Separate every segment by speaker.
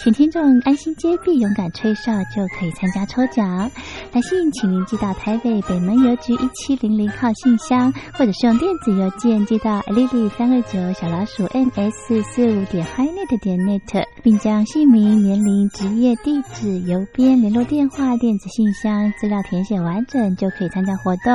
Speaker 1: 请听众安心接币，勇敢吹哨就可以参加抽奖。来信请您寄到台北北门邮局一七零零号信箱，或者是用电子邮件寄到 lily 三二九小老鼠 ms 四五点 hinet 点 net，并 E 将姓名、年龄、职业、地址、邮编、联络电话、电子信箱资料填写完整，就可以参加活动。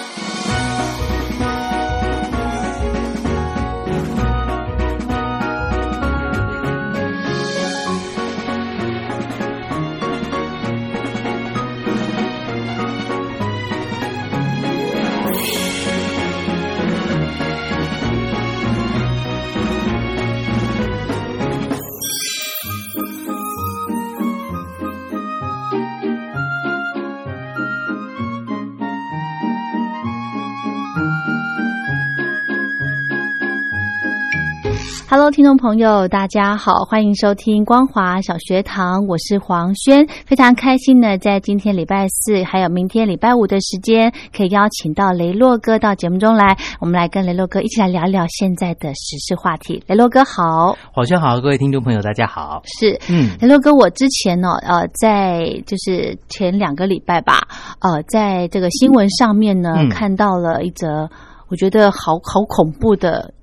Speaker 1: Hello，听众朋友，大家好，欢迎收听光华小学堂，我是黄轩，非常开心呢，在今天礼拜四还有明天礼拜五的时间，可以邀请到雷洛哥到节目中来，我们来跟雷洛哥一起来聊一聊现在的时事话题。雷洛哥好，
Speaker 2: 黄轩好，各位听众朋友，大家好。
Speaker 1: 是
Speaker 2: 嗯，
Speaker 1: 雷洛哥，我之前呢、呃，在就是前两个礼拜吧，呃，在这个新闻上面呢，
Speaker 2: 嗯
Speaker 1: 看到了一则我觉得好好恐怖的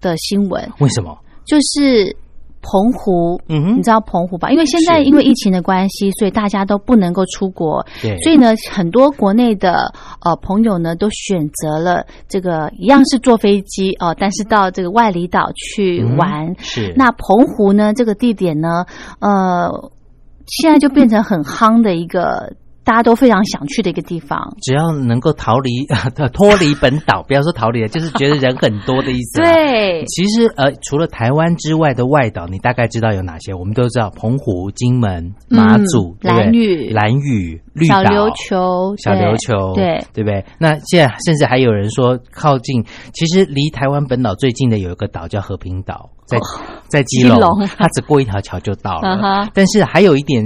Speaker 1: 的新闻，
Speaker 2: 为什么？
Speaker 1: 就是澎湖。
Speaker 2: 嗯
Speaker 1: 你
Speaker 2: 哼，
Speaker 1: 知道澎湖吧？因为现在
Speaker 2: 是
Speaker 1: 因为疫情的关系，所以大家都不能够出国，
Speaker 2: 对，
Speaker 1: 所以呢，很多国内的呃朋友呢，都选择了这个一样是坐飞机哦、但是到这个外离岛去
Speaker 2: 嗯
Speaker 1: 玩。
Speaker 2: 是
Speaker 1: 那澎湖呢，这个地点呢，呃，现在就变成很夯的一个大家都非常想去的一个地方。
Speaker 2: 只要能够逃离 脱离本岛，不要说逃离了，就是觉得人很多的意思啦。
Speaker 1: 对，
Speaker 2: 其实呃，除了台湾之外的外岛，你大概知道有哪些？我们都知道澎湖、金门、马祖、对不对
Speaker 1: 兰嗯屿
Speaker 2: 兰屿、绿岛、
Speaker 1: 小琉球，
Speaker 2: 小
Speaker 1: 对
Speaker 2: 琉球，
Speaker 1: 对
Speaker 2: 对不对？那现在甚至还有人说，靠近其实离台湾本岛最近的有一个岛叫和平岛，在、在基隆，
Speaker 1: 哦基隆
Speaker 2: 它只过一条桥就到了。
Speaker 1: 嗯哼
Speaker 2: 但是还有一点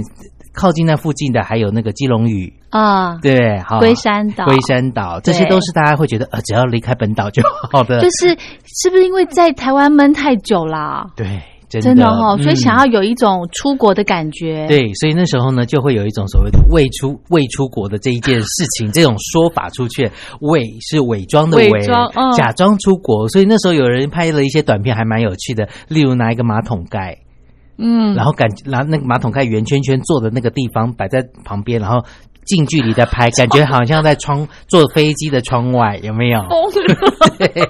Speaker 2: 靠近那附近的还有那个基隆屿，
Speaker 1: 啊，
Speaker 2: 对不对，好
Speaker 1: 龟山岛，
Speaker 2: 龟山岛，这
Speaker 1: 对
Speaker 2: 些都是大家会觉得呃，只要离开本岛就好的，
Speaker 1: 就是是不是因为在台湾闷太久啦？
Speaker 2: 对。真的
Speaker 1: 真的哦，所以
Speaker 2: 嗯
Speaker 1: 想要有一种出国的感觉。，
Speaker 2: 对，所以那时候呢，就会有一种所谓的“未出未出国”的这一件事情，这种说法出去，“伪”是伪装的“伪”，
Speaker 1: 伪装嗯
Speaker 2: 假装出国。所以那时候有人拍了一些短片，还蛮有趣的，例如拿一个马桶盖，
Speaker 1: 嗯，
Speaker 2: 然后感拿那个马桶盖圆圈圈坐的那个地方摆在旁边，然后近距离的 拍，感觉好像在窗坐飞机的窗外，有 没有？
Speaker 1: 疯了，
Speaker 2: 对，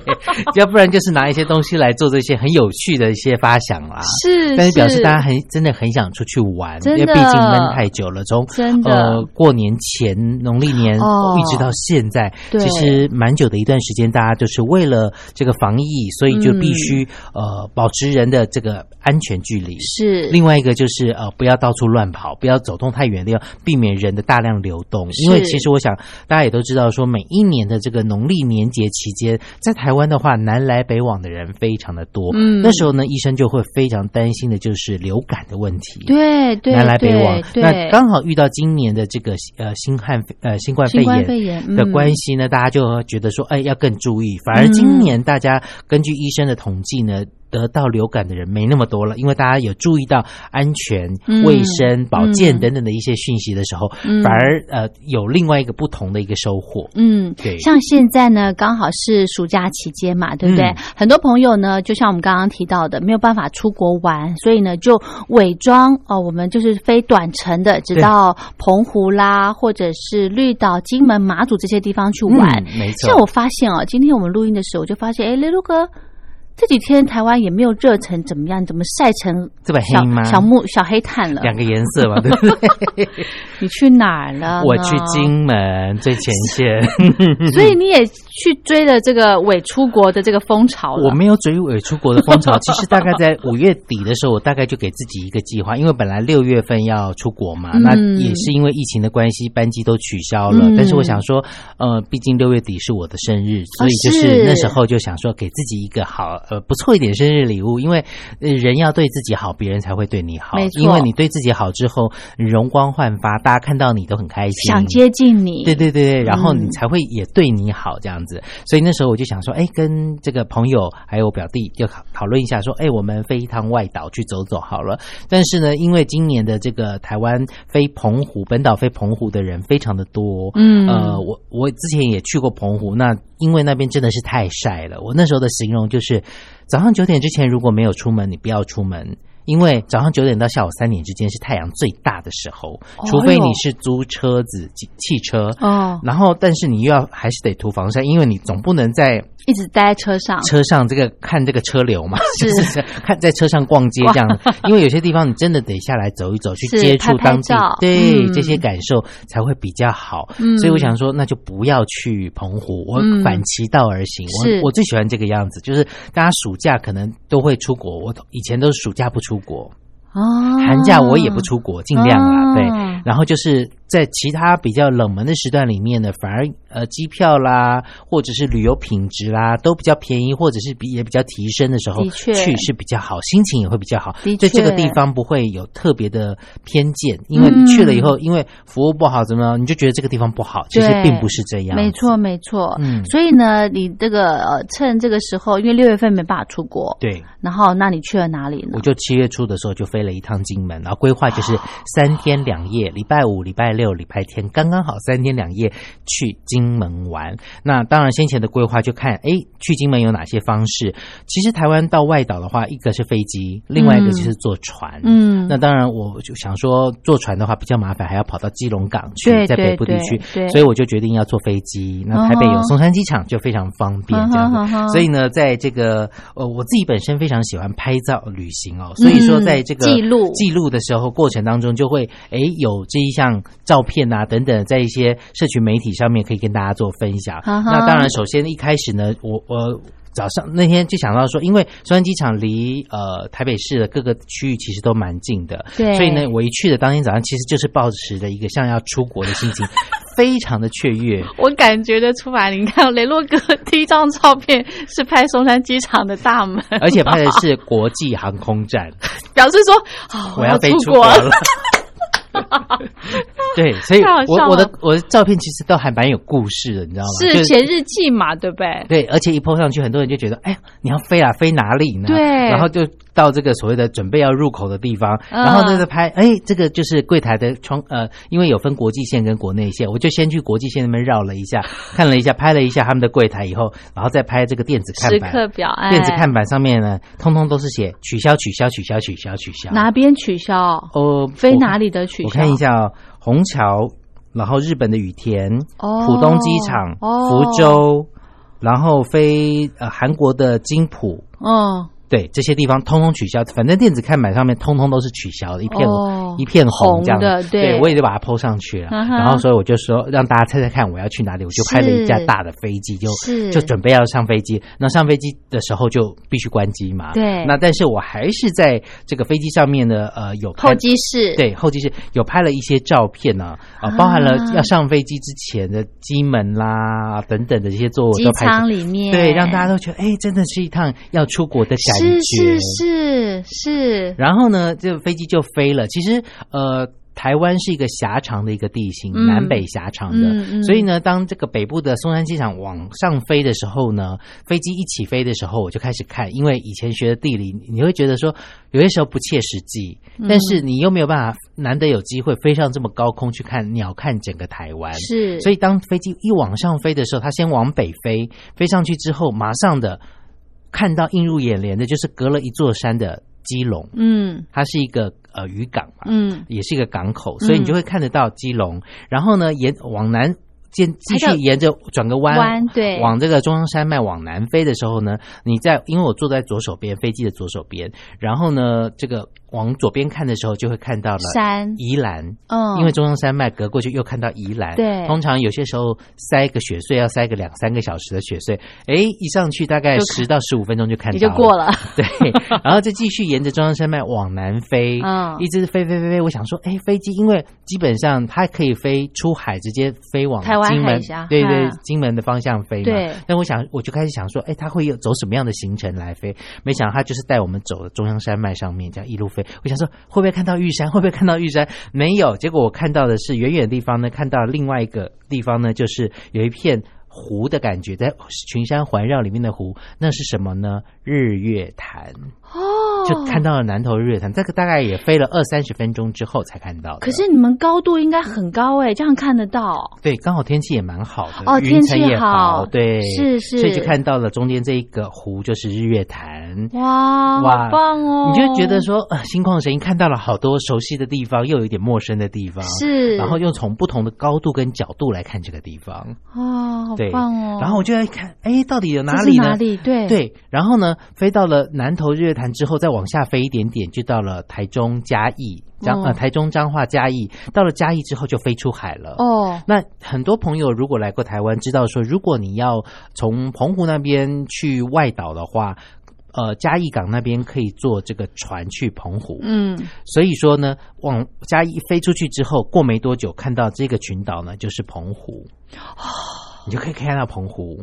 Speaker 2: 要不然就是拿一些东西来做这些很有趣的一些发想啦。
Speaker 1: 是，
Speaker 2: 但是表示大家很真的很想出去玩，
Speaker 1: 真的
Speaker 2: 因为毕竟闷太久了，从
Speaker 1: 真的
Speaker 2: 呃过年前农历年、
Speaker 1: 哦
Speaker 2: 一直到现在，
Speaker 1: 对
Speaker 2: 其实蛮久的一段时间，大家就是为了这个防疫，所以就必须、呃保持人的这个安全距离。
Speaker 1: 嗯是
Speaker 2: 另外一个就是呃，不要到处乱跑，不要走动太远的地方，避免人的大量流动。因为
Speaker 1: 是
Speaker 2: 其实我想大家也都知道说每一年的这个农历年节期间，在台湾的话，南来北往的人非常的多。
Speaker 1: 嗯
Speaker 2: 那时候呢，医生就会非常担心的就是流感的问题。。
Speaker 1: 对对
Speaker 2: 南来北往，
Speaker 1: 对
Speaker 2: 那
Speaker 1: 对，
Speaker 2: 刚好遇到今年的这个呃新汉肺呃新冠肺
Speaker 1: 新冠
Speaker 2: 炎
Speaker 1: 肺炎
Speaker 2: 的
Speaker 1: 嗯
Speaker 2: 关系呢，大家就觉得说，哎，要更注意。反而今年大家根据医生的统计呢，得到流感的人没那么多了，因为大家有注意到安全
Speaker 1: 嗯、
Speaker 2: 卫生、保健
Speaker 1: 嗯
Speaker 2: 等等的一些讯息的时候，
Speaker 1: 嗯
Speaker 2: 反而呃有另外一个不同的一个收获。
Speaker 1: 嗯，
Speaker 2: 对，
Speaker 1: 像现在呢，刚好是暑假期间嘛，对不对？
Speaker 2: 嗯
Speaker 1: 很多朋友呢，就像我们刚刚提到的，没有办法出国玩，所以呢，就伪装哦、我们就是飞短程的，直
Speaker 2: 对
Speaker 1: 到澎湖啦，或者是绿岛、金门、马祖这些地方去玩。
Speaker 2: 嗯、没错，
Speaker 1: 像我发现哦，今天我们录音的时候，我就发现，哎，雷路哥。这几天台湾也没有热成怎么样，怎么晒成
Speaker 2: 这么
Speaker 1: 小
Speaker 2: 黑吗？
Speaker 1: 小木小黑炭了？
Speaker 2: 两个颜色嘛，对不对？
Speaker 1: 你去哪儿了？
Speaker 2: 我去，金门最前线，
Speaker 1: 所以你也去追了这个伪出国的这个风潮了。
Speaker 2: 我没有追尾出国的风潮。其实大概在五月底的时候，我大概就给自己一个计划，因为本来六月份要出国嘛，
Speaker 1: 嗯
Speaker 2: 那也是因为疫情的关系，班机都取消了。
Speaker 1: 嗯
Speaker 2: 但是我想说，呃，毕竟六月底是我的生日，所以就是哦是那时候就想说，给自己一个好呃不错一点生日礼物，因为呃人要对自己好，别人才会对你好
Speaker 1: 没。错
Speaker 2: 因为你对自己好之后，你容光焕发，大家看到你都很开心，
Speaker 1: 想接近你，
Speaker 2: 嗯对对对对，然后你
Speaker 1: 嗯
Speaker 2: 才会也对你好这样子。所以那时候我就想说，哎，跟这个朋友还有我表弟就讨讨论一下，说，哎，我们飞一趟外岛去走走好了。但是呢，因为今年的这个台湾飞澎湖本岛飞澎湖的人非常的多，
Speaker 1: 嗯
Speaker 2: 呃，我我之前也去过澎湖，那因为那边真的是太晒了。我那时候的形容就是，早上九点之前如果没有出门，你不要出门。因为早上九点到下午三点之间是太阳最大的时候，除非
Speaker 1: 哎
Speaker 2: 你
Speaker 1: 呦
Speaker 2: 是租车子、汽汽车，
Speaker 1: 哦，
Speaker 2: 然后，但是你又要还是得涂防晒，因为你总不能在
Speaker 1: 一直待在车上，
Speaker 2: 车上这个看这个车流嘛，
Speaker 1: 是
Speaker 2: 就是 看在车上逛街这样子。因为有些地方你真的得下来走一走，去
Speaker 1: 是
Speaker 2: 接触
Speaker 1: 拍拍
Speaker 2: 当地，
Speaker 1: 照
Speaker 2: 对、
Speaker 1: 嗯
Speaker 2: 这些感受才会比较好。
Speaker 1: 嗯
Speaker 2: 所以我想说，那就不要去澎湖，我
Speaker 1: 嗯
Speaker 2: 反其道而行。
Speaker 1: 是
Speaker 2: 我我最喜欢这个样子，就是大家暑假可能都会出国，我以前都是暑假不出国，
Speaker 1: 哦，
Speaker 2: 寒假我也不出国，尽量啦，
Speaker 1: 哦
Speaker 2: 对。然后就是在其他比较冷门的时段里面呢，反而呃机票啦，或者是旅游品质啦，都比较便宜，或者是比也比较提升的时候，
Speaker 1: 的确
Speaker 2: 去是比较好，心情也会比较好。
Speaker 1: 的
Speaker 2: 对这个
Speaker 1: 确
Speaker 2: 地方不会有特别的偏见，因为你去了以后，因为服务不好怎么样，你就觉得这个地方不好，其实
Speaker 1: 嗯对
Speaker 2: 并不是这样。
Speaker 1: 没错，没错。
Speaker 2: 嗯
Speaker 1: 所以呢，你这个呃，趁这个时候，因为六月份没办法出国，
Speaker 2: 对。
Speaker 1: 然后那你去了哪里呢
Speaker 2: 我？就七月初的时候就飞了一趟金门，然后规划就是
Speaker 1: 啊
Speaker 2: 三天两夜，礼拜五、礼拜六、礼拜天，刚刚好三天两夜去金门玩。那当然先前的规划就看，诶，去金门有哪些方式？其实台湾到外岛的话，一个是飞机，另外一个就是坐船。
Speaker 1: 嗯
Speaker 2: 那当然，我就想说坐船的话比较麻烦，还要跑到基隆港去，
Speaker 1: 对
Speaker 2: 在北部地
Speaker 1: 对
Speaker 2: 区
Speaker 1: 对对，
Speaker 2: 所以我就决定要坐飞机。那台北
Speaker 1: 嗯
Speaker 2: 有
Speaker 1: 哼
Speaker 2: 松山机场就非常方便
Speaker 1: 嗯哼
Speaker 2: 这样子
Speaker 1: 嗯哼
Speaker 2: 所以呢，在这个呃，我自己本身非常喜欢拍照旅行哦，所以说在这个
Speaker 1: 嗯记录
Speaker 2: 记录的时候过程当中，就会诶有这一项照片啊等等，在一些社群媒体上面可以跟大家做分享。
Speaker 1: 嗯哼
Speaker 2: 那当然，首先一开始呢，我我。早上那天就想到说，因为松山机场离呃台北市的各个区域其实都蛮近的，
Speaker 1: 对
Speaker 2: 所以呢，我一去的当天早上，其实就是抱持着一个像要出国的心 情，非常的雀跃。
Speaker 1: 我感觉得出来，你看雷洛哥第一张照片是拍松山机场的大门，
Speaker 2: 而且拍的是国际航空站，
Speaker 1: 表示说啊、
Speaker 2: 我要飞
Speaker 1: 出
Speaker 2: 出
Speaker 1: 国
Speaker 2: 国 了。对，所以
Speaker 1: 太好笑
Speaker 2: 我我的
Speaker 1: 了
Speaker 2: 我的照片其实都还蛮有故事的，你知道吗？
Speaker 1: 是
Speaker 2: 就
Speaker 1: 前日记嘛，对不对？
Speaker 2: 对，而且一 p 上去，很多人就觉得，哎呀，你要飞啊，飞哪里呢？
Speaker 1: 对
Speaker 2: 然后就到这个所谓的准备要入口的地方，
Speaker 1: 嗯
Speaker 2: 然后呢就拍，哎，这个就是柜台的窗，呃，因为有分国际线跟国内线，我就先去国际线那边绕了一下，看了一下，拍了一下他们的柜台以后，然后再拍这个电子看
Speaker 1: 时
Speaker 2: 板。
Speaker 1: 刻表，哎，
Speaker 2: 电子看板上面呢，通通都是写取消、取消、取消、取消、取消。
Speaker 1: 哪边取消？
Speaker 2: 哦，
Speaker 1: 飞
Speaker 2: 我
Speaker 1: 哪里的取消？
Speaker 2: 我看一下哦，虹桥，然后日本的羽田，
Speaker 1: 哦
Speaker 2: 浦东机场，
Speaker 1: 哦
Speaker 2: 福州，然后飞呃韩国的金浦，
Speaker 1: 嗯，
Speaker 2: 对这些地方通通取消，反正电子看板上面通通都是取消的，一片、
Speaker 1: 哦
Speaker 2: 一片红这样
Speaker 1: 红的对
Speaker 2: 对我也就把它 PO 上去了。
Speaker 1: 嗯哼
Speaker 2: 然后所以我就说让大家猜猜看我要去哪里，我就是拍了一架大的飞机，就是就准备要上飞机。那上飞机的时候就必须关机嘛。
Speaker 1: 对
Speaker 2: 那但是我还是在这个飞机上面呢，呃，有拍
Speaker 1: 候机室，
Speaker 2: 对，后期是有拍了一些照片呢、啊，
Speaker 1: 啊
Speaker 2: 包含了要上飞机之前的机门啦等等的这些作我
Speaker 1: 机
Speaker 2: 都拍
Speaker 1: 舱
Speaker 2: 下。
Speaker 1: 里面，
Speaker 2: 对，让大家都觉得，哎，真的是一趟要出国的感觉。
Speaker 1: 是是是是，
Speaker 2: 然后呢，这飞机就飞了。其实，呃。台湾是一个狭长的一个地形，
Speaker 1: 嗯
Speaker 2: 南北狭长的，
Speaker 1: 嗯嗯
Speaker 2: 所以呢，当这个北部的松山机场往上飞的时候呢，飞机一起飞的时候，我就开始看，因为以前学的地理，你会觉得说有些时候不切实际，
Speaker 1: 嗯
Speaker 2: 但是你又没有办法，难得有机会飞上这么高空去看鸟，看整个台湾。
Speaker 1: 是，
Speaker 2: 所以当飞机一往上飞的时候，它先往北飞，飞上去之后，马上的看到映入眼帘的就是隔了一座山的基隆，
Speaker 1: 嗯
Speaker 2: 它是一个呃渔港嘛，
Speaker 1: 嗯，
Speaker 2: 也是一个港口，所以你就会看得到基隆。然后呢，沿往南渐继续
Speaker 1: 它就
Speaker 2: 沿着转个弯。
Speaker 1: 弯对，
Speaker 2: 往这个中央山脉往南飞的时候呢，你在因为我坐在左手边，飞机的左手边，然后呢，这个往左边看的时候，就会看到了
Speaker 1: 山，
Speaker 2: 宜兰，
Speaker 1: 嗯，
Speaker 2: 因为中央山脉隔过去又看到宜兰，
Speaker 1: 对
Speaker 2: 通常有些时候塞个雪隧要塞个两三个小时的雪隧，诶，一上去大概
Speaker 1: 就
Speaker 2: 十到十五分钟就看
Speaker 1: 也
Speaker 2: 到
Speaker 1: 就过
Speaker 2: 了，
Speaker 1: 了，
Speaker 2: 对，然后再继续沿着中央山脉往南飞，
Speaker 1: 嗯
Speaker 2: 一直飞飞飞飞，我想说，诶，飞机因为基本上它可以飞出海，直接飞往
Speaker 1: 台湾
Speaker 2: 金
Speaker 1: 海
Speaker 2: 门
Speaker 1: 峡，
Speaker 2: 对对
Speaker 1: 嗯，
Speaker 2: 金门的方向飞嘛，
Speaker 1: 对
Speaker 2: 但我想，我就开始想说，诶，它会有走什么样的行程来飞？没想到它就是带我们走的中央山脉上面，这样一路飞。我想说，会不会看到玉山？会不会看到玉山？没有。结果我看到的是远远的地方呢，看到另外一个地方呢，就是有一片。湖的感觉，在群山环绕里面的湖，那是什么呢？日月潭，
Speaker 1: 哦，
Speaker 2: 就看。到了南头日月潭。这个大概也飞了二三十分钟之后才看到的。
Speaker 1: 可是你们高度应该很高哎，这样看得到。
Speaker 2: 对，刚好天气也蛮好的，
Speaker 1: 哦
Speaker 2: 云层
Speaker 1: 天气
Speaker 2: 也
Speaker 1: 好
Speaker 2: 对，
Speaker 1: 是是
Speaker 2: 所以就看到了中间这一个湖就是日月潭。
Speaker 1: 哇，
Speaker 2: 哇
Speaker 1: 好棒哦！
Speaker 2: 你就会觉得说，呃心旷神怡，看到了好多熟悉的地方，又有一点陌生的地方，，
Speaker 1: 是，
Speaker 2: 然后又从不同的高度跟角度来看这个地方，
Speaker 1: 哦，好
Speaker 2: 对，
Speaker 1: 棒哦！
Speaker 2: 然后我就在看，哎，到底有
Speaker 1: 这
Speaker 2: 哪
Speaker 1: 是
Speaker 2: 里呢？
Speaker 1: 哪里？对，
Speaker 2: 对，然后呢，飞到了南投日月潭之后，再往下飞一点点，就到了台中嘉义，彰、
Speaker 1: 哦
Speaker 2: 呃台中彰化嘉义，到了嘉义之后就飞出海了。
Speaker 1: 哦，
Speaker 2: 那很多朋友如果来过台湾，知道说，如果你要从澎湖那边去外岛的话，呃，嘉义港那边可以坐这个船去澎湖。
Speaker 1: 嗯，
Speaker 2: 所以说呢，往嘉义飞出去之后，过没多久看到这个群岛呢，就是澎湖，你就可以看到澎湖。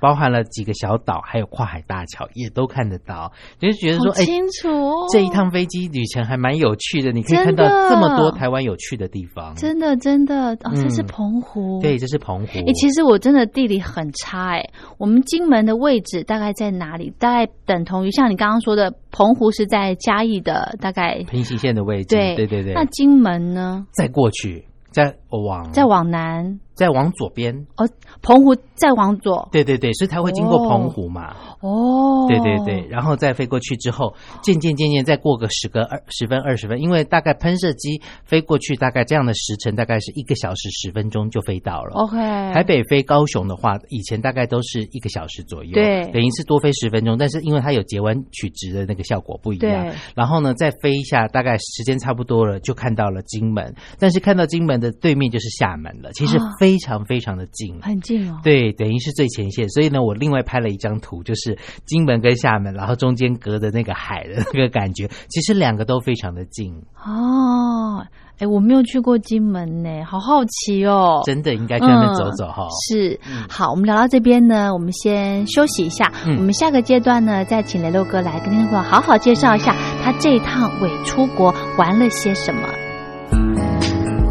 Speaker 2: 包含了几个小岛，还有跨海大桥，也都看得到。你就觉得说，
Speaker 1: 好
Speaker 2: 哎、
Speaker 1: 清楚哦，
Speaker 2: 这一趟飞机旅程还蛮有趣的，你可以看
Speaker 1: 真
Speaker 2: 到
Speaker 1: 的
Speaker 2: 这么多台湾有趣的地方。
Speaker 1: 真的真的哦，这是
Speaker 2: 嗯
Speaker 1: 澎湖，
Speaker 2: 对，这是澎湖。
Speaker 1: 哎、其实我真的地理很差哎、我们金门的位置大概在哪里？大概等同于像你刚刚说的，澎湖是在嘉义的大概
Speaker 2: 平行线的位置，
Speaker 1: 对
Speaker 2: 对对对
Speaker 1: 那金门呢？
Speaker 2: 再过去，再往
Speaker 1: 再往南，
Speaker 2: 再往左边，
Speaker 1: 哦，澎湖再往左，
Speaker 2: 对对对，所以才会经过
Speaker 1: 哦
Speaker 2: 澎湖嘛，
Speaker 1: 哦，
Speaker 2: 对对对，，然后再飞过去之后，渐渐渐渐再过个十个二十分二十分，因为大概喷射机飞过去大概这样的时程大概是一个小时十分钟就飞到了。
Speaker 1: 哦 OK，
Speaker 2: 台北飞高雄的话，以前大概都是一个小时左右，
Speaker 1: 对
Speaker 2: 等于是多飞十分钟。但是因为它有截弯取直的那个效果不一样
Speaker 1: 对，
Speaker 2: 然后呢再飞一下，大概时间差不多了，就看到了金门。但是看到金门的对面就是厦门了，其实
Speaker 1: 啊
Speaker 2: 非常非常的近。
Speaker 1: 很近哦，
Speaker 2: 对，等于是最前线，所以呢，我另外拍了一张图，就是金门跟厦门，然后中间隔着那个海的那个感觉，其实两个都非常的近，
Speaker 1: 哦，哎、我没有去过金门呢、好好奇哦，
Speaker 2: 真的应该去那边走走哈、
Speaker 1: 是，好，我们聊到这边呢，我们先休息一下。
Speaker 2: 嗯
Speaker 1: 我们下个阶段呢，再请雷洛哥来跟听众朋友好好介绍一下他这一趟伪出国玩了些什么。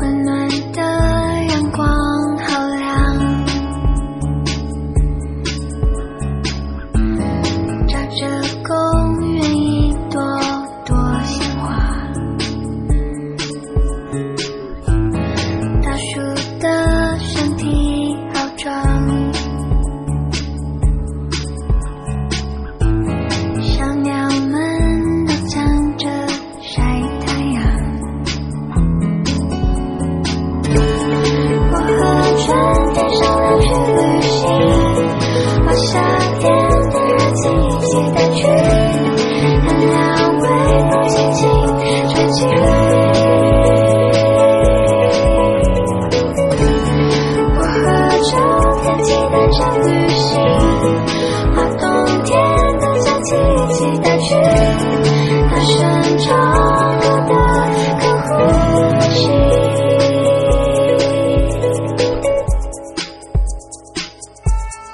Speaker 3: 温暖的阳光好亮，照着公园一朵朵鲜花，大树的身体好壮，小鸟们都抢着晒太阳。我和春天商量去旅行，把夏天的热情一起带去，让那微风轻轻吹起。我和秋天期待着旅行，把冬天的香气一起带去，那深长的可呼吸。我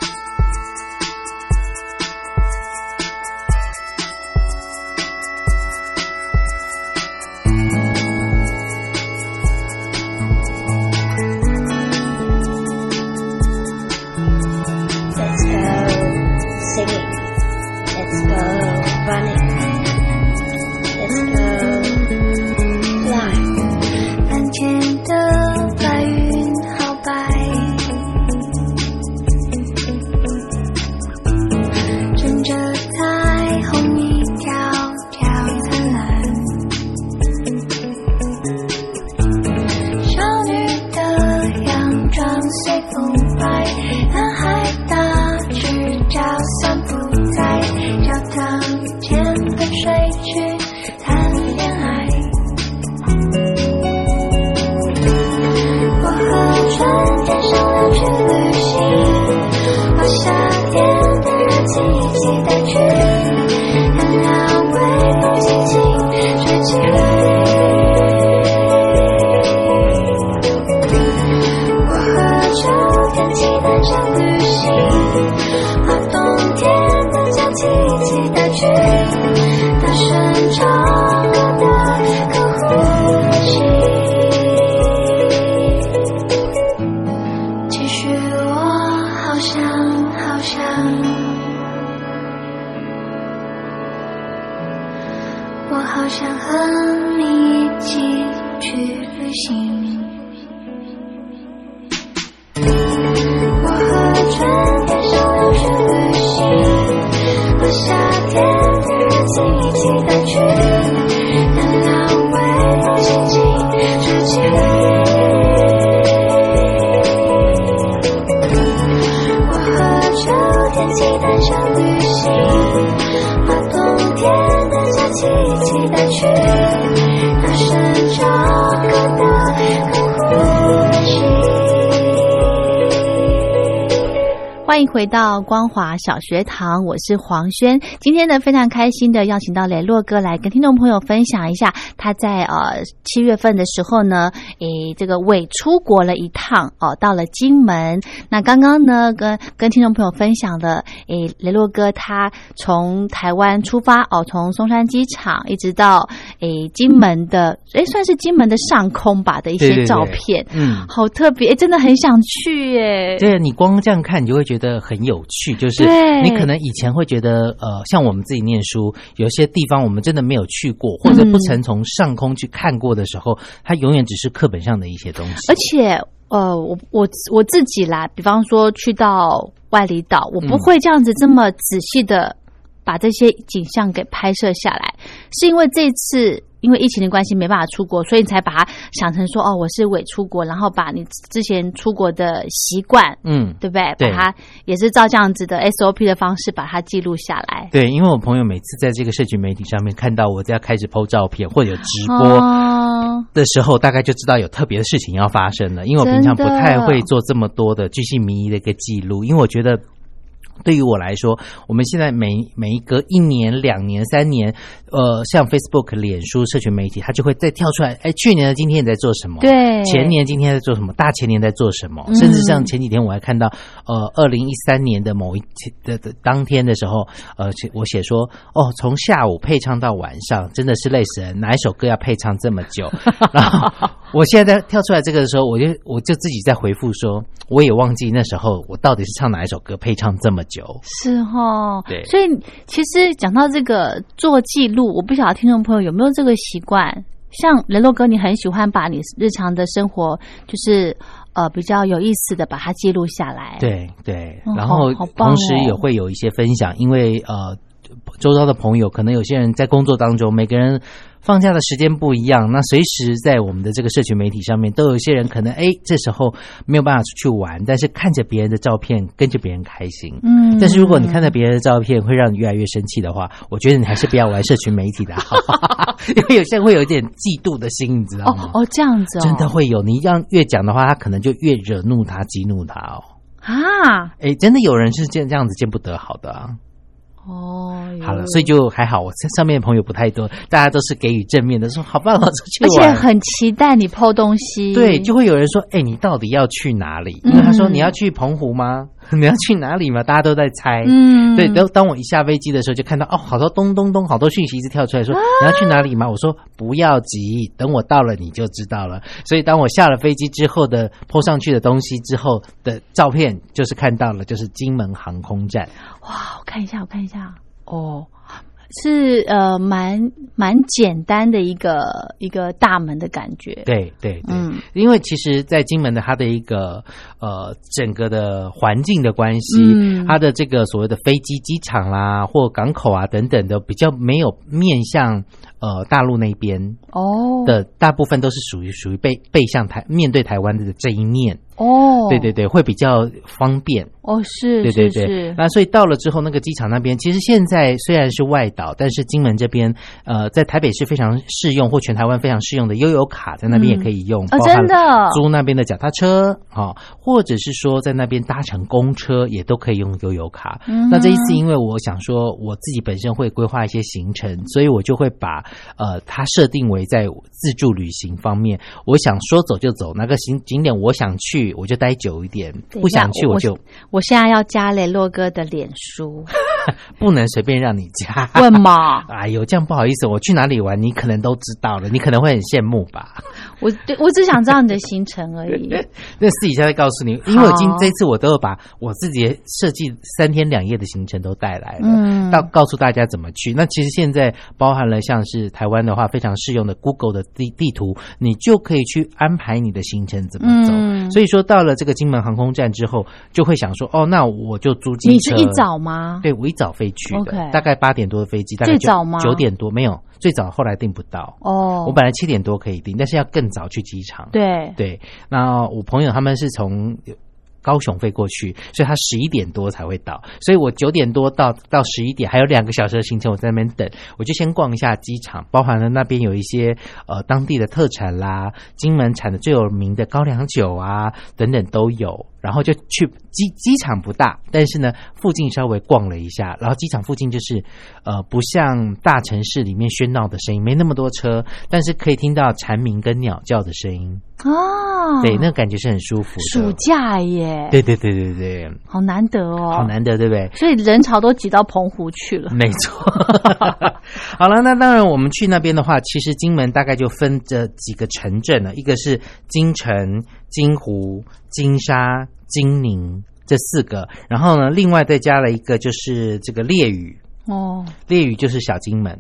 Speaker 3: 我好想和你一起去旅行。我和春天商量去旅行，和夏天的日子一起淡去，等到未来星星升起。我和秋天期待上旅行，和冬天的假期一起淡去，那深秋歌的更呼吸。
Speaker 1: 欢迎回到光华小学堂，我是黄轩。今天呢，非常开心的邀请到雷洛哥来跟听众朋友分享一下他在呃七月份的时候呢，诶这个伪出国了一趟哦，到了金门。那刚刚呢，跟跟听众朋友分享了，诶雷洛哥他从台湾出发哦，从松山机场一直到诶金门的，诶算是金门的上空吧的一
Speaker 2: 对对
Speaker 1: 些
Speaker 2: 对
Speaker 1: 照片，
Speaker 2: 嗯，
Speaker 1: 好特别，诶真的很想去耶。
Speaker 2: 对，你光这样看，你就会觉得很有趣。就是
Speaker 1: 对
Speaker 2: 你可能以前会觉得，呃，像我们自己念书，有些地方我们真的没有去过，或者不曾从上空去看过的时候，它永远只是课本上的一些东西。
Speaker 1: 而且呃，我我我自己啦，比方说去到外里岛，我不
Speaker 2: 嗯
Speaker 1: 会这样子这么仔细的把这些景象给拍摄下来，是因为这次。因为疫情的关系，没办法出国，所以你才把它想成说哦，我是伪出国，然后把你之前出国的习惯，
Speaker 2: 嗯。
Speaker 1: 对不对？
Speaker 2: 对
Speaker 1: 把它也是照这样子的 SOP 的方式把它记录下来。
Speaker 2: 对，因为我朋友每次在这个社群媒体上面看到我在开始 PO 照片或者有直播，
Speaker 1: 哦，
Speaker 2: 的时候，大概就知道有特别的事情要发生了。因为我平常不
Speaker 1: 真的
Speaker 2: 太会做这么多的巨细靡遗的一个记录，因为我觉得。对于我来说，我们现在每每一隔一年、两年、三年，呃，像 Facebook、脸书、社群媒体，它就会再跳出来。哎，去年的今天你在做什么？
Speaker 1: 对，
Speaker 2: 前年今天在做什么，大前年在做什么，
Speaker 1: 嗯
Speaker 2: 甚至像前几天我还看到，呃，二零一三年的某一天的的当天的时候，呃，写我写说，哦，从下午配唱到晚上，真的是累死人，哪一首歌要配唱这么 久？然后我现在在跳出来这个的时候，我就我就自己在回复说，我也忘记那时候我到底是唱哪一首歌配唱这么久。
Speaker 1: 是哦，
Speaker 2: 对
Speaker 1: 所以其实讲到这个做记录，我不晓得听众朋友有没有这个习惯。像雷洛哥，你很喜欢把你日常的生活，就是呃比较有意思的把它记录下来。，
Speaker 2: 对对
Speaker 1: 哦，
Speaker 2: 然
Speaker 1: 好
Speaker 2: 后
Speaker 1: 好棒
Speaker 2: 同时也
Speaker 1: 哦
Speaker 2: 会有一些分享，因为呃，周遭的朋友可能有些人在工作当中，每个人放假的时间不一样，那随时在我们的这个社群媒体上面，都有一些人可能哎这时候没有办法出去玩，但是看着别人的照片，跟着别人开心。
Speaker 1: 嗯
Speaker 2: 但是如果你看到别人的照片会让你越来越生气的话，我觉得你还是不要玩社群媒体的好， 因为有些人会有一点嫉妒的心，你知道
Speaker 1: 哦
Speaker 2: 吗？
Speaker 1: 哦这样子哦，
Speaker 2: 真的会有，你让越讲的话，他可能就越惹怒他、激怒他哦。
Speaker 1: 啊
Speaker 2: 哎，真的有人是这这样子见不得好的啊。
Speaker 1: 哦，
Speaker 2: 好了，所以就还好，我这上面的朋友不太多，大家都是给予正面的，说好棒哦，出去
Speaker 1: 而且
Speaker 2: 玩。
Speaker 1: 很期待你剖东西。
Speaker 2: 对，就会有人说：“哎，你到底要去哪里？”
Speaker 1: 嗯
Speaker 2: 因为他说：“你要去澎湖吗？ 你要去哪里吗？”大家都在猜。
Speaker 1: 嗯，
Speaker 2: 对，当当我一下飞机的时候，就看到哦，好多咚咚咚，好多讯息一直跳出来说、
Speaker 1: 啊
Speaker 2: 你要去哪里吗？我说不要急，等我到了你就知道了。所以当我下了飞机之后的泼上去的东西之后的照片，就是看到了，就是金门航空站。
Speaker 1: 哇，我看一下，我看一下，哦，是呃蛮蛮简单的一个一个大门的感觉。
Speaker 2: 对对对，
Speaker 1: 嗯
Speaker 2: 因为其实，在金门的它的一个呃整个的环境的关系，
Speaker 1: 嗯
Speaker 2: 它的这个所谓的飞机机场啦或港口啊等等的，比较没有面向呃大陆那边
Speaker 1: 哦
Speaker 2: 的，大部分都是属于属于背背向台面对台湾的这一面，
Speaker 1: 哦，
Speaker 2: 对对对，会比较方便。
Speaker 1: 哦，是，
Speaker 2: 对对
Speaker 1: 是
Speaker 2: 对
Speaker 1: 是，哦
Speaker 2: 那所以到了之后，那个机场那边，其实现在虽然是外岛，但是金门这边，呃，在台北是非常适用或全台湾非常适用的悠游卡，在那边也可以用，
Speaker 1: 哦
Speaker 2: 包含
Speaker 1: 真的
Speaker 2: 租那边的脚踏车啊、哦或者是说在那边搭乘公车也都可以用悠游卡。
Speaker 1: 嗯
Speaker 2: 那这一次，因为我想说我自己本身会规划一些行程，所以我就会把呃它设定为在自助旅行方面，我想说走就走，哪个景景点我想去我就待久一点，
Speaker 1: 等一下
Speaker 2: 不想去
Speaker 1: 我
Speaker 2: 我就
Speaker 1: 我现在要加雷洛哥的脸书，
Speaker 2: 不能随便让你 加。
Speaker 1: 问嘛？
Speaker 2: 哎呦，这样不好意思，我去哪里玩，你可能都知道了，你可能会很羡慕吧。
Speaker 1: 我我只想知道你的行程而已。
Speaker 2: 那私底下再告诉你，因为我今
Speaker 1: 好
Speaker 2: 这次我都有把我自己设计三天两夜的行程都带来了，
Speaker 1: 嗯
Speaker 2: 到告诉大家怎么去。那其实现在包含了像是台湾的话非常适用的 Google 的地地图，你就可以去安排你的行程怎么走。
Speaker 1: 嗯
Speaker 2: 所以说到了这个金门航空站之后，就会想说，哦，那我就租机车。
Speaker 1: 你是一早吗？
Speaker 2: 对，我一早飞去的
Speaker 1: OK
Speaker 2: 大概八点多的飞机，大概
Speaker 1: 最
Speaker 2: 九
Speaker 1: 早吗
Speaker 2: 九点多没有，最早后来订不到。
Speaker 1: 哦，
Speaker 2: 我本来七点多可以订，但是要更早去机场。
Speaker 1: 对
Speaker 2: 对，那我朋友他们是从高雄飞过去，所以他十一点多才会到，所以我九点多到到十一点，还有两个小时的行程，我在那边等，我就先逛一下机场，包含了那边有一些呃当地的特产啦，金门产的最有名的高粱酒啊等等都有。然后就去机 机场不大，但是呢，附近稍微逛了一下。然后机场附近就是，呃，不像大城市里面喧闹的声音，没那么多车，但是可以听到蝉鸣跟鸟叫的声音。
Speaker 1: 啊，
Speaker 2: 对，那个感觉是很嗯舒服的。
Speaker 1: 暑假耶，
Speaker 2: 对对对对对，
Speaker 1: 好难得哦，
Speaker 2: 好难得，对不对？
Speaker 1: 所以人潮都挤到澎湖去了。
Speaker 2: 没错。好了，那当然，我们去那边的话，其实金门大概就分这几个城镇了，一个是金城、金湖、金沙、金宁这四个，然后呢，另外再加了一个就是这个烈屿，
Speaker 1: 哦，
Speaker 2: 烈屿就是小金门。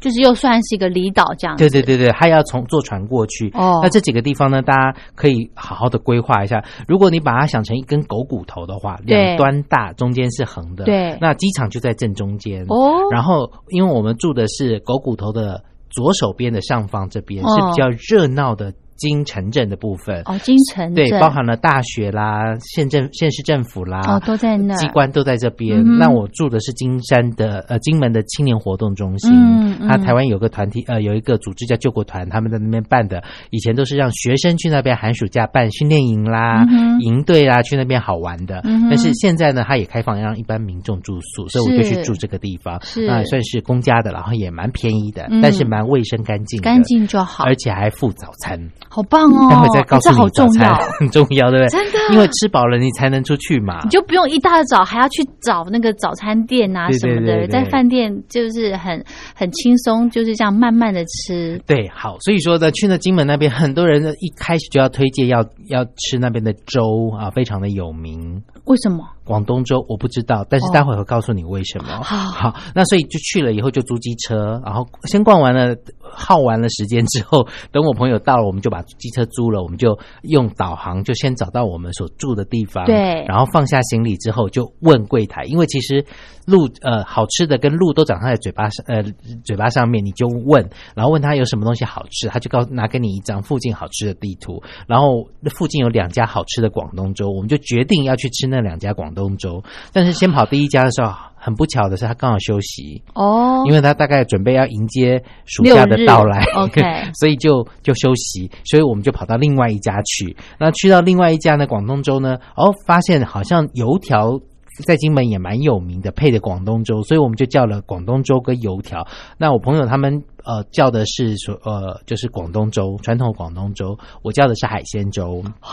Speaker 1: 就是又算是一个离岛这样子。
Speaker 2: 对对对对，还要从坐船过去。
Speaker 1: 哦
Speaker 2: 那这几个地方呢，大家可以好好的规划一下。如果你把它想成一根狗骨头的话，
Speaker 1: 对
Speaker 2: 两端大，中间是横的。
Speaker 1: 对
Speaker 2: 那机场就在正中间。
Speaker 1: 哦，
Speaker 2: 然后，因为我们住的是狗骨头的左手边的上方这边，
Speaker 1: 哦
Speaker 2: 是比较热闹的金城镇的部分。
Speaker 1: 哦，金城
Speaker 2: 对，
Speaker 1: 镇
Speaker 2: 包含了大学啦、县政、县市政府啦，
Speaker 1: 哦都在那儿
Speaker 2: 机关都在这边。
Speaker 1: 嗯哼
Speaker 2: 那我住的是金山的呃金门的青年活动中心，
Speaker 1: 嗯嗯
Speaker 2: 它台湾有个团体呃有一个组织叫救国团，他们在那边办的，以前都是让学生去那边寒暑假办训练营啦、
Speaker 1: 嗯哼
Speaker 2: 营队啦，去那边好玩的。
Speaker 1: 嗯哼
Speaker 2: 但是现在呢，它也开放让一般民众住宿，所以我就去住这个地方，
Speaker 1: 是
Speaker 2: 那也算是公家的，然后也蛮便宜的，
Speaker 1: 嗯
Speaker 2: 但是蛮卫生干净的，
Speaker 1: 干净就好，
Speaker 2: 而且还附早餐。
Speaker 1: 好棒哦！
Speaker 2: 待会再告诉
Speaker 1: 这好
Speaker 2: 你早
Speaker 1: 重
Speaker 2: 餐
Speaker 1: 要，
Speaker 2: 很重要，对不对？
Speaker 1: 真的
Speaker 2: 因为吃饱了你才能出去嘛
Speaker 1: 你。就不用一大早还要去找那个早餐店啊
Speaker 2: 对
Speaker 1: 什么的，
Speaker 2: 对对对
Speaker 1: 在饭店就是很很轻松，就是这样慢慢的吃。
Speaker 2: 对，好，所以说呢，去了金门那边，很多人呢一开始就要推荐要要吃那边的粥啊，非常的有名。
Speaker 1: 为什么？
Speaker 2: 广东粥我不知道，但是待会儿会告诉你为什么。好，那所以就去了以后就租机车，然后先逛完了，耗完了时间之后，等我朋友到了，我们就把机车租了，我们就用导航就先找到我们所住的地方，
Speaker 1: 对
Speaker 2: 然后放下行李之后就问柜台，因为其实路呃好吃的跟路都长在嘴巴上呃嘴巴上面，你就问，然后问他有什么东西好吃，他就告拿给你一张附近好吃的地图，然后那附近有两家好吃的广东粥，我们就决定要去吃那两家广东粥。但是先跑第一家的时候，很不巧的是他刚好休息，
Speaker 1: 哦
Speaker 2: 因为他大概准备要迎接暑假的到来
Speaker 1: 六日 OK
Speaker 2: 所以就就休息，所以我们就跑到另外一家去。那去到另外一家呢，广东粥呢，哦，发现好像油条。在金门也蛮有名的，配的广东粥，所以我们就叫了广东粥跟油条。那我朋友他们呃叫的是说呃就是广东粥，传统广东粥，我叫的是海鲜粥，
Speaker 1: 哦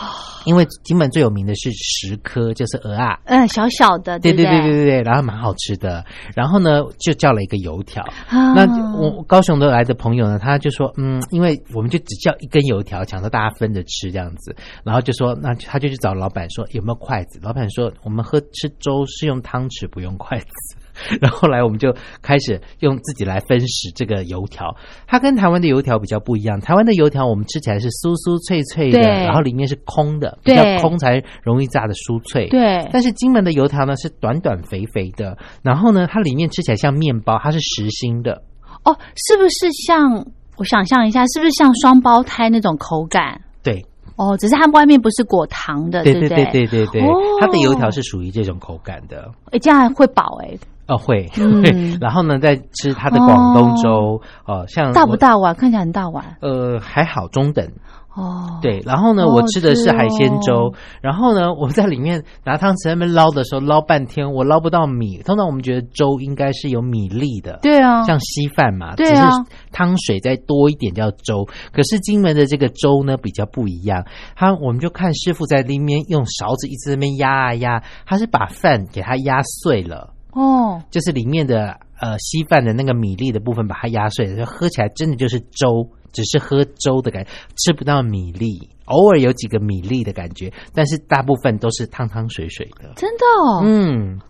Speaker 2: 因为金门最有名的是石科，就是鹅啊，
Speaker 1: 嗯，小小的，
Speaker 2: 对
Speaker 1: 对
Speaker 2: 对
Speaker 1: 不
Speaker 2: 对对对，然后蛮好吃的。然后呢，就叫了一个油条。
Speaker 1: 啊
Speaker 2: 那我高雄的来的朋友呢，他就说，嗯，因为我们就只叫一根油条，想说大家分着吃这样子，然后就说，那他就去找老板说有没有筷子，老板说我们喝吃粥是用汤匙，不用筷子。 然后后来我们就开始用自己来分食这个油条，它跟台湾的油条比较不一样。台湾的油条我们吃起来是酥酥脆脆的，
Speaker 1: 对
Speaker 2: 然后里面是空的，比
Speaker 1: 对
Speaker 2: 较空才容易炸的酥脆。
Speaker 1: 对
Speaker 2: 但是金门的油条呢是短短肥肥的，然后呢它里面吃起来像面包，它是实心的。
Speaker 1: 哦，是不是像我想象一下，是不是像双胞胎那种口感？
Speaker 2: 对，
Speaker 1: 哦，只是它外面不是裹糖的，
Speaker 2: 对
Speaker 1: 不
Speaker 2: 对对对对对，它的油条
Speaker 1: 啊哦
Speaker 2: 是属于这种口感的。
Speaker 1: 哎，这样会饱哎，
Speaker 2: 哦，会，
Speaker 1: 嗯
Speaker 2: 会然后呢，再吃它的广东粥，哦、像
Speaker 1: 大不
Speaker 2: 我？
Speaker 1: 大碗？看起来很大碗
Speaker 2: 呃，还好，中等。
Speaker 1: 哦。，
Speaker 2: 对，然后呢，
Speaker 1: 好
Speaker 2: 我
Speaker 1: 好
Speaker 2: 吃的是
Speaker 1: 吃
Speaker 2: 海鲜粥
Speaker 1: 哦，
Speaker 2: 然后呢， 我在里面拿汤匙在那边捞的时候，捞半天，我捞不到米。通常我们觉得粥应该是有米粒的，
Speaker 1: 对啊，
Speaker 2: 像稀饭嘛，
Speaker 1: 对
Speaker 2: 只
Speaker 1: 啊
Speaker 2: 是汤水再多一点叫粥。可是金门的这个粥呢比较不一样，他我们就看师傅在里面用勺子一直在那边压啊压，他是把饭给它压碎了。
Speaker 1: 哦，
Speaker 2: 就是里面的呃稀饭的那个米粒的部分把它压碎了，就喝起来真的就是粥，只是喝粥的感觉，吃不到米粒，偶尔有几个米粒的感觉，但是大部分都是汤汤水水的。
Speaker 1: 真的哦，啊
Speaker 2: 嗯，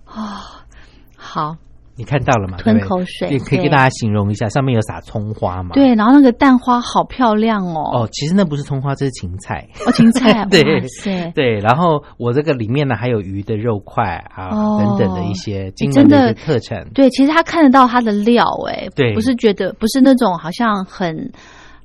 Speaker 1: 好，
Speaker 2: 你看到了吗？
Speaker 1: 吞
Speaker 2: 对不对
Speaker 1: 口水
Speaker 2: 也可以
Speaker 1: 对
Speaker 2: 跟大家形容一下，上面有撒葱花嘛？。
Speaker 1: 对，然后那个蛋花好漂亮哦，
Speaker 2: 哦，其实那不是葱花，这是芹 菜。
Speaker 1: 哦，芹菜，
Speaker 2: 对
Speaker 1: 哇塞，
Speaker 2: 对，然后我这个里面呢还有鱼的肉块啊、
Speaker 1: 哦哎
Speaker 2: 等等的一些金
Speaker 1: 真
Speaker 2: 门
Speaker 1: 的
Speaker 2: 的一些特产。
Speaker 1: 对，其实他看得到它的料，哎，
Speaker 2: 对
Speaker 1: 不是觉得不是那种好像很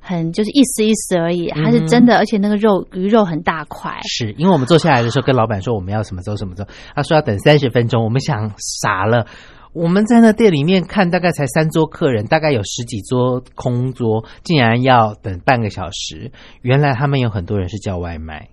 Speaker 1: 很就是意思意思而已，
Speaker 2: 嗯
Speaker 1: 它是真的，而且那个肉鱼肉很大块，
Speaker 2: 是因为我们坐下来的时候跟老板说我们要什么粥什么粥，他说要等三十分钟，我们想傻了。我们在那店里面看，大概才三桌客人，大概有十几桌空桌，竟然要等半个小时。原来他们有很多人是叫外卖，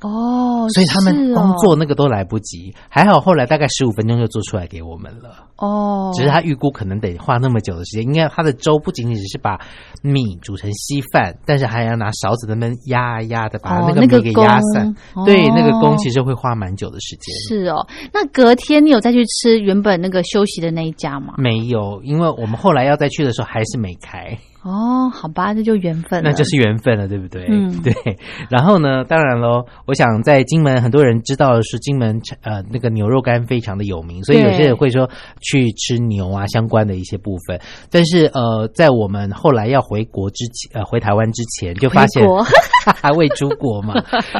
Speaker 1: 哦，
Speaker 2: 所以他们
Speaker 1: 是
Speaker 2: 光做那个都来不及。还好后来大概十五分钟就做出来给我们了。
Speaker 1: 哦，哦
Speaker 2: 只是他预估可能得花那么久的时间，因为他的粥不仅仅只是把米煮成稀饭，但是还要拿勺子那边压啊压的把
Speaker 1: 哦
Speaker 2: 那个
Speaker 1: 那个
Speaker 2: 米给压散。
Speaker 1: 弓
Speaker 2: 对
Speaker 1: 哦，
Speaker 2: 那个工其实会花蛮久的时间。
Speaker 1: 是哦，那隔天你有再去吃原本那个休息的那一家吗？
Speaker 2: 没有，因为我们后来要再去的时候还是没开，
Speaker 1: 哦，好吧，这就缘分了，
Speaker 2: 那就是缘分了，对不对？
Speaker 1: 嗯
Speaker 2: 对。然后呢，当然喽，我想在金门很多人知道的是金门呃那个牛肉干非常的有名，所以有些人会说去吃牛啊相关的一些部分。但是呃，在我们后来要回国之前，呃回台湾之前就发现
Speaker 1: 回 国
Speaker 2: 为出国 嘛，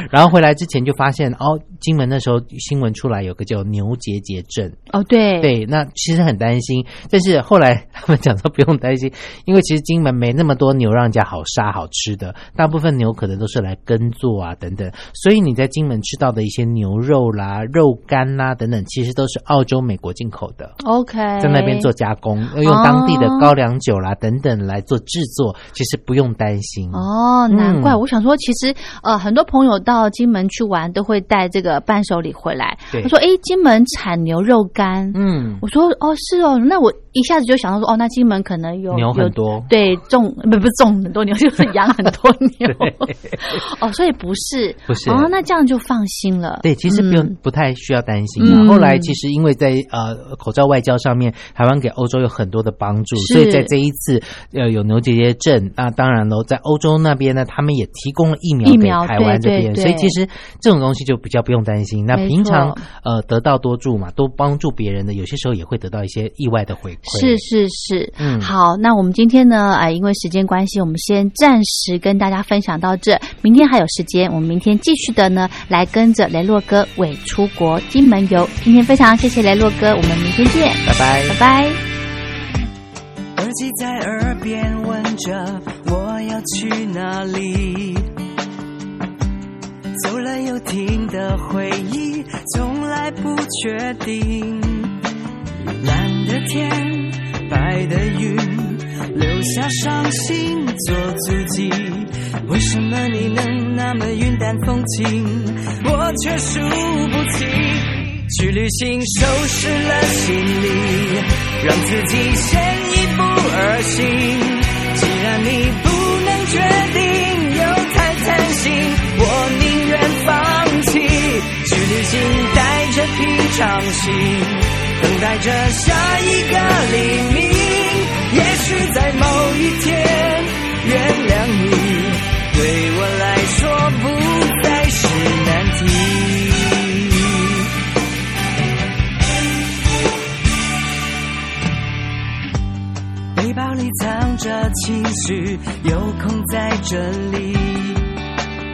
Speaker 2: 然后回来之前就发现哦，金门那时候新闻出来有个叫牛结节症，
Speaker 1: 哦，对，
Speaker 2: 对，那其实很担心，但是后来他们讲说不用担心，因为其实金门没那么多牛让人家好杀好吃的，大部分牛可能都是来耕作啊等等，所以你在金门吃到的一些牛肉啦、肉干啦等等，其实都是澳洲、美国进口的。
Speaker 1: ，OK，
Speaker 2: 在那
Speaker 1: 哎
Speaker 2: 边做加工，要用当地的
Speaker 1: 哦
Speaker 2: 高粱酒啦、等等来做制作，其实不用担心。
Speaker 1: 哦，难怪、
Speaker 2: 嗯
Speaker 1: 我想说，其实呃，很多朋友到金门去玩都会带这个伴手礼回来。
Speaker 2: 对
Speaker 1: 他说：“诶，金门产牛肉干。
Speaker 2: 嗯
Speaker 1: 我，说：“哦，是哦。”那我一下子就想到说：“哦，那金门可能有
Speaker 2: 牛
Speaker 1: 有
Speaker 2: 很多，
Speaker 1: 对，种不不是种很多牛，就是养很多 牛。哦，所以不是
Speaker 2: 不是
Speaker 1: 哦，那这样就放心了。
Speaker 2: 对，其实不用、
Speaker 1: 嗯
Speaker 2: 不太需要担心啊。
Speaker 1: 嗯
Speaker 2: 后来其实因为在呃口罩外交上面，台湾给欧洲有很多的帮助，
Speaker 1: 是
Speaker 2: 所以在这一次呃有牛结节症，那当然喽，在欧洲那边呢，他们也提供了疫苗
Speaker 1: 疫
Speaker 2: 给
Speaker 1: 苗
Speaker 2: 台湾这
Speaker 1: 对
Speaker 2: 边，
Speaker 1: 对
Speaker 2: 所以
Speaker 1: 对
Speaker 2: 其实这种东西就比较不用担心。那
Speaker 1: 没
Speaker 2: 平常
Speaker 1: 错
Speaker 2: 呃得道多助嘛，多帮助别人的，有些时候也会得到一些意外的回馈。
Speaker 1: 是是是，
Speaker 2: 嗯
Speaker 1: 好，那我们今天呢，啊、因为时间关系，我们先暂时跟大家分享到这，明天还有时间，我们明天继续的呢，来跟着雷洛哥伪出国金门游。今天非常谢谢雷洛哥，我们明天见，
Speaker 2: 拜拜
Speaker 1: 拜。拜。
Speaker 4: 耳机在耳边问着我要去哪里，走了又停的回忆，从来不确定。蓝的天，白的云，留下伤心做足迹。为什么你能那么云淡风轻，我却数不清。去旅行，收拾了行李，让自己先一步而行。既然你不能决定，又太贪心，我宁愿放弃。去旅行，带着平常心，等待着下一个黎明。也许在某一天，原谅你，对我来说不再是难题。背包里藏着情绪，有空再整理。